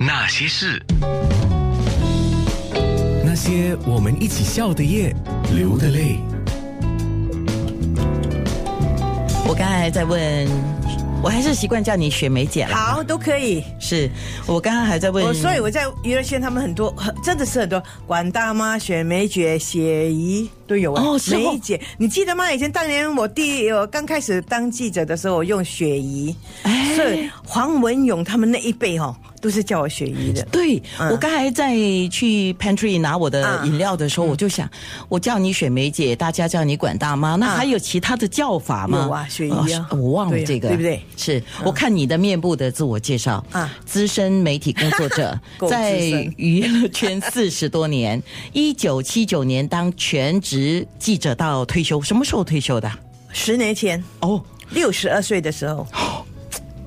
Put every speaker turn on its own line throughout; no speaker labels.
那些事，
那些我们一起笑的夜，流的泪。
我刚才在问，我还是习惯叫你雪梅姐啦。
好，都可以。
是我刚刚还在问，
我哦所以我在娱乐圈，他们很多很真的是很多管大妈、雪梅姐、雪姨都有啊。
哦是哦
梅姐，你记得吗？以前当年我第我刚开始当记者的时候，我用雪姨，
哎
所以黄文勇他们那一辈哈、哦，都是叫我雪姨的。
对、
嗯
我刚才在去 pantry 拿我的
嗯
饮料的时候，我就想，我叫你雪梅姐，大家叫你管大妈，那
嗯
还有其他的叫法吗？
有啊雪姨啊
哦是我忘了
对呀
这个，
对不对
是、我看你的面部的自我介绍
啊
资深媒体工作者
够，资
在
深
娱乐圈四十多年，一九七九年当全职记者到退休，什么时候退休的？
十年前，
哦、
六十二岁的时候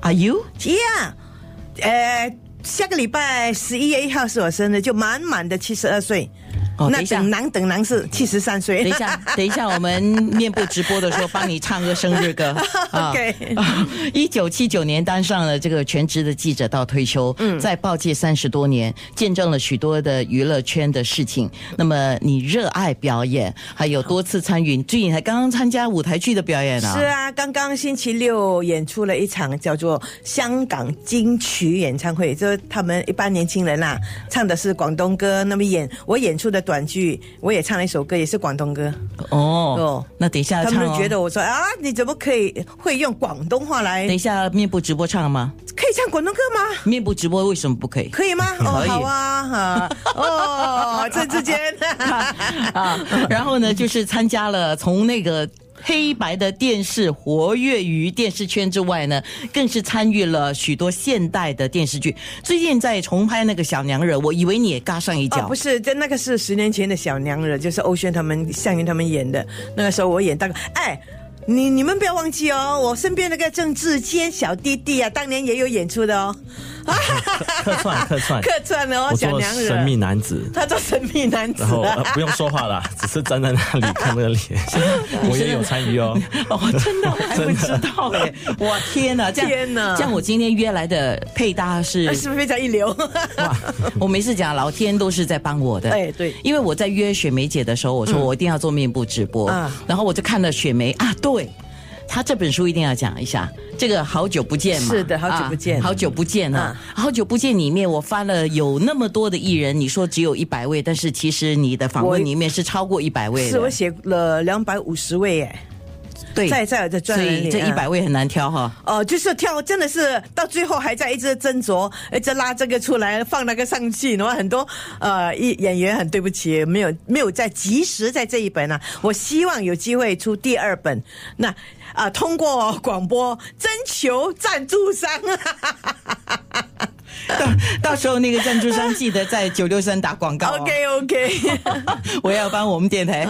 a r e you？
，Yeah，呃，下个礼拜十一月一号是我生日，就满满的七十二岁。
哦等
那
一下
等囊等囊是七十三岁。
等一下，等一下，我们面部直播的时候帮你唱个生日 歌。啊
OK
一九七九年当上了这个全职的记者到退休，
嗯
在报界三十多年，见证了许多的娱乐圈的事情。那么你热爱表演，还有多次参与，最近还刚刚参加舞台剧的表演啊。
是啊，刚刚星期六演出了一场叫做《香港金曲演唱会》，就是他们一般年轻人啦、唱的是广东歌。那么演我演出的短剧，我也唱了一首歌，也是广东歌。
哦
哦，
那等一下
他
唱
们
哦
就觉得我说啊，你怎么可以会用广东话来
等？一下面部直播唱吗？
可以唱广东歌吗？
面部直播为什么不可以？
可以吗？哦
可，以
好啊，哈， 哦，郑 志坚，
啊，然后呢，就是参加了从那个。黑白的电视活跃于电视圈之外呢，更是参与了许多现代的电视剧。最近在重拍那个《小娘惹》，我以为你也嘎上一脚。
哦，不是，这那个是十年前的小娘惹，就是欧萱他们、向云他们演的。那个时候我演大哥，哎，你你们不要忘记哦，我身边那个郑志坚小弟弟啊，当年也有演出的哦，
客串 客串，
客串哦，
我
小
做
娘惹，
神秘男子，
他做神秘男子
然后、呃
啊。
不用说话了，只是站在那里看那个脸，我也有参与哦。
哦，真的，我还不知 道哎、我天哪，这样
天哪呃
这样我今天约来的配搭是
呃
那 是不是非常一流？
我没事讲，老天都是在帮我的。
哎对嗯
因为我在约雪梅姐的时候，我说我一定要做面部直播，
啊
然后我就看了雪梅啊，对。她这本书一定要讲一下，这个好久不见嘛，
是的好久不见
啊好久不见啊，好久不见里面我翻了有那么多的艺人，你说只有一百位，但是其实你的访问
我
里面是超过一百位
是我
的，
写了两百五十位哎，
对，
在在我的专
所
栏里
以这
啊
一百位很难挑哈、
哦，就是跳，真的是到最后还在一直斟酌，一直拉这个出来，放那个上去，然后很多呃一演员很对不起，没有没有在及时在这一本啊。我希望有机会出第二本，那啊、通过广播征求赞助商啊
到 时候那个赞助商记得在九六三打广告、 哦。
，OK OK，
我要帮我们电台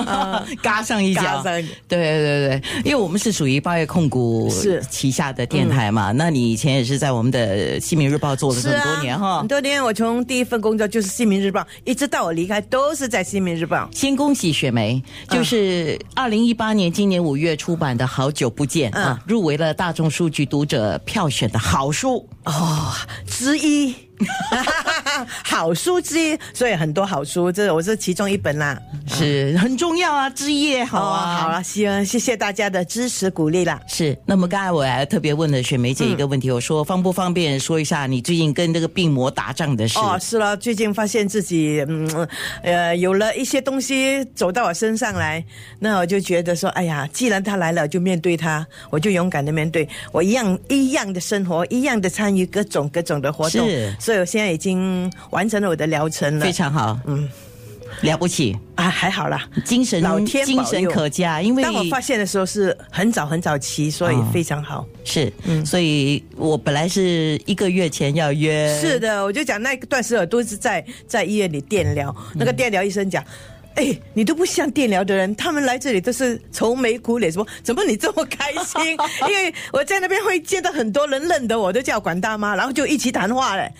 嘎上一脚，
嗯嘎上
对对对，因为我们是属于八月控股
是嗯
旗下的电台嘛，那你以前也是在我们的《新民日报》做了
是
很
啊，
多年哈
很。多年。我从第一份工作就是《新民日报》，一直到我离开都是在《新民日报》。
先恭喜雪梅，
嗯
就是二零一八年今年五月出版的《好久不见》
嗯
啊，入围了大众数据读者票选的好书。
哦，之一， 好书之一，所以很多好书，这我是其中一本啦。
是很重要啊，枝叶好啊，
嗯哦，好了，希望谢谢大家的支持鼓励啦。
是，那么刚才我还特别问了雪梅姐一
嗯
个问题，我说方不方便说一下你最近跟这个病魔打仗的事？
哦，是了，最近发现自己，嗯，呃，有了一些东西走到我身上来，那我就觉得说，哎呀，既然他来了，就面对他，我就勇敢的面对，我一样一样的生活，一样的参与各种各种的活动
是，
所以我现在已经完成了我的疗程了
非，常好，嗯，了不起，
啊，还好啦，
精神
老天保
精
佑
神可嘉，因为
当我发现的时候是很早很早期，所以非常好。
是，
嗯
所以我本来是一个月前要约，
是的，我就讲那段时间我都是在在医院里电疗，那个电疗医生讲。哎，你都不像电疗的人，他们来这里都是愁眉苦脸，说怎么你这么开 心？因为我在那边会见到很多人认得我，都叫管大妈，然后就一起谈话嘞，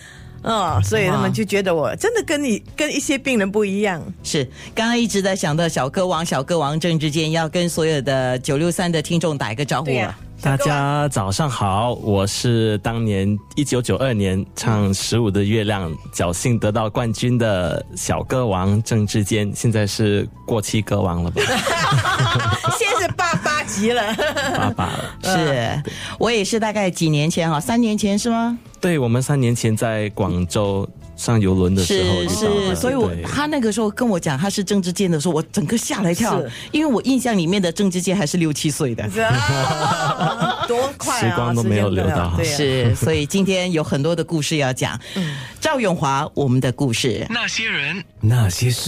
嗯，所以他
哇
们就觉得我真的跟你跟一些病人不一样。
是，刚刚一直在想到小歌王，小歌王郑之间要跟所有的九六三的听众打一个招呼啊
对啊
了
呀。
大家早上好，我是当年一九九二年唱《十五的月亮》侥幸得到冠军的小歌王郑智坚，现在是过气歌王 了吧？
现在是八八级了，
爸爸了。
嗯
是我也是大概几年前哈，三年前是吗？
对，我们三年前在广州上游轮的时候遇
是
到的
是，所以我
对
他那个时候跟我讲他是郑智健的时候，我整个吓了一跳
是，
因为我印象里面的郑智健还是六七岁的。
是 啊多快啊！
时光都没有
时间
留到
对啊
是，所以今天有很多的故事要讲。赵永华，我们的故事。
那些人，
那些事。